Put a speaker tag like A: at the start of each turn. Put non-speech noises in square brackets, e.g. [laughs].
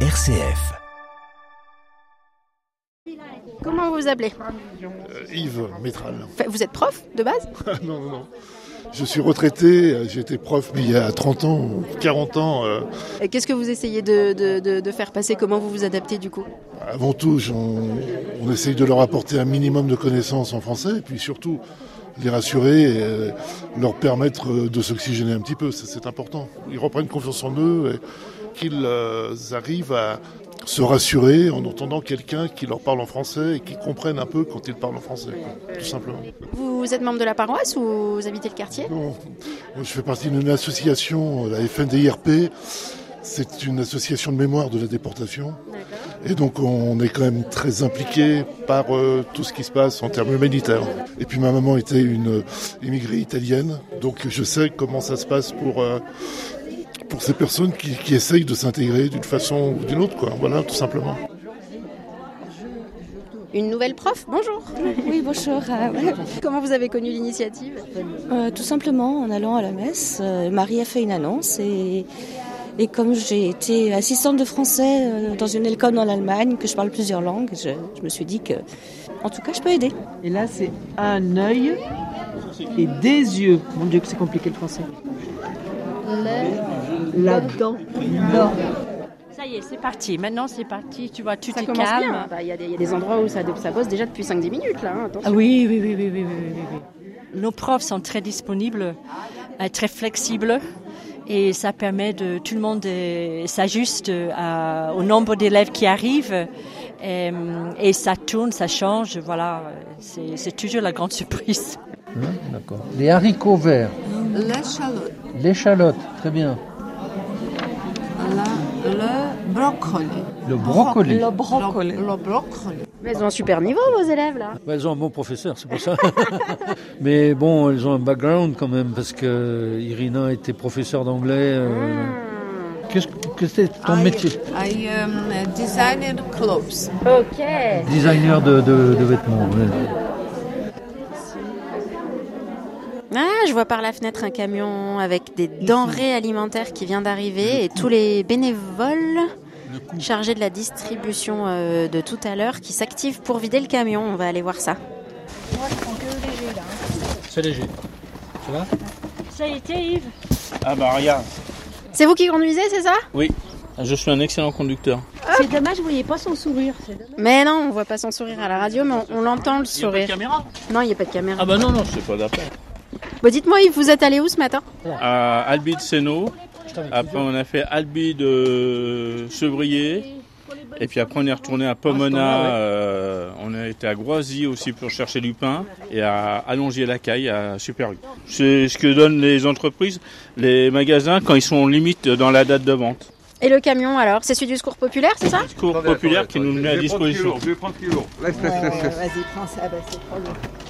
A: RCF.
B: Comment vous vous appelez
C: Euh, Yves Métral. [laughs]
B: Enfin, Vous êtes prof de base
C: Ah, non, non, non. Je suis retraité, euh, j'ai été prof mais il y a 30 ans, 40 ans. euh,
B: Et Qu'est-ce que vous essayez de, de- de- de faire passer Comment vous vous adaptez du coup
C: avant tout, j'en- on, essaye de leur apporter un minimum de connaissances en français et puis surtout les rassurer et euh, leur permettre euh, de s'oxygéner un petit peu, Ça, c'est important. Ils reprennent confiance en eux et qu'ils euh, arrivent à se rassurer en entendant quelqu'un qui leur parle en français et qui comprenne un peu quand ils parlent en français, quoi, tout simplement.
B: Vous êtes membre de la paroisse ou vous habitez le quartier
C: Non, Moi, je fais partie d'une association, euh, la FNDIRP. C'est une association de mémoire de la déportation. Et donc on est quand même très impliqué par euh, tout ce qui se passe en termes humanitaires. Et puis ma maman était une euh, immigrée italienne, donc je sais comment ça se passe pour, euh, pour ces personnes qui, qui essayent de s'intégrer d'une façon ou d'une autre, quoi. Voilà, tout simplement.
B: Une nouvelle prof Bonjour
D: Oui, bonjour. euh, ouais.
B: Comment vous avez connu l'initiative
D: Euh, tout simplement, en allant à la messe, euh, Marie a fait une annonce et, et comme j'ai été assistante de français euh, dans une école en Allemagne, que je parle plusieurs langues, je, je me suis dit que, en tout cas, je peux aider.
E: Et là, c'est un œil et des yeux. Mon Dieu, que c'est compliqué le français. Là-dedans.
F: Ça y est, c'est parti. Maintenant, c'est parti. Tu vois, tu
B: Ça
F: te
B: commence bien.
F: calmes.
B: Bah, Il y, a des- il y a des endroits où ça, ça bosse déjà depuis 5-10 minutes là. hein,
F: Ah
B: attention.
E: oui, oui, oui, oui, oui, oui, oui, oui.
F: Nos profs sont très disponibles, euh, très flexibles. Et ça permet de tout le monde euh, s'ajuste euh, à- au nombre d'élèves qui arrivent et, euh, et ça tourne, ça change, voilà, euh, c'est c'est toujours la grande [laughs] surprise.
G: Hein, D'accord. Les haricots verts. L'échalote. L'échalote, très bien.
H: Le, le brocoli.
G: Le brocoli.
H: Brocoli. Le, brocoli.
B: Mais elles ont un super niveau vos élèves là.
G: Ouais, Elles ont un bon professeur, c'est pour [laughs] ça. Mais bon, elles ont un background quand même, parce que Irina était professeure d'anglais. euh.
B: Hum.
G: Qu'est-ce que qu'est-ce que c'est ton métier
H: I um, designed clothes.
B: Ok.
G: Designer de, de- de vêtements. ouais.
B: Ah, je vois par la fenêtre un camion avec des denrées alimentaires qui vient d'arriver et tous les bénévoles chargés de la distribution euh, de tout à l'heure qui s'activent pour vider le camion. On va aller voir ça.
G: C'est léger. Tu vois
F: Ça a été Yves
I: Ah bah regarde,
B: C'est vous qui conduisez, c'est ça
I: je suis un excellent conducteur.
J: C'est dommage, vous voyez pas son sourire. c'est dommage.
B: Mais non, on voit pas son sourire à la radio, mais on, on l'entend le sourire.
I: caméra
B: Non, il n'y a pas de caméra.
I: Ah bah non, non, c'est pas d'appel.
B: Bon, dites-moi, Yves, vous êtes allé où ce matin
I: À Albi de Seno, après on a fait Albi de Chevrier, et puis après on est retourné à Pomona, euh, on a été à Groisy aussi pour chercher du pain, et à Allongier-la-Caille à Super U. C'est ce que donnent les entreprises, les magasins, quand ils sont limite dans la date de vente.
B: Et le camion alors C'est celui du secours populaire, c'est ça
I: Cours populaire qui nous met à disposition.
E: Ouais, ouais, vas-y, prends ça. Bah, c'est trop lourd.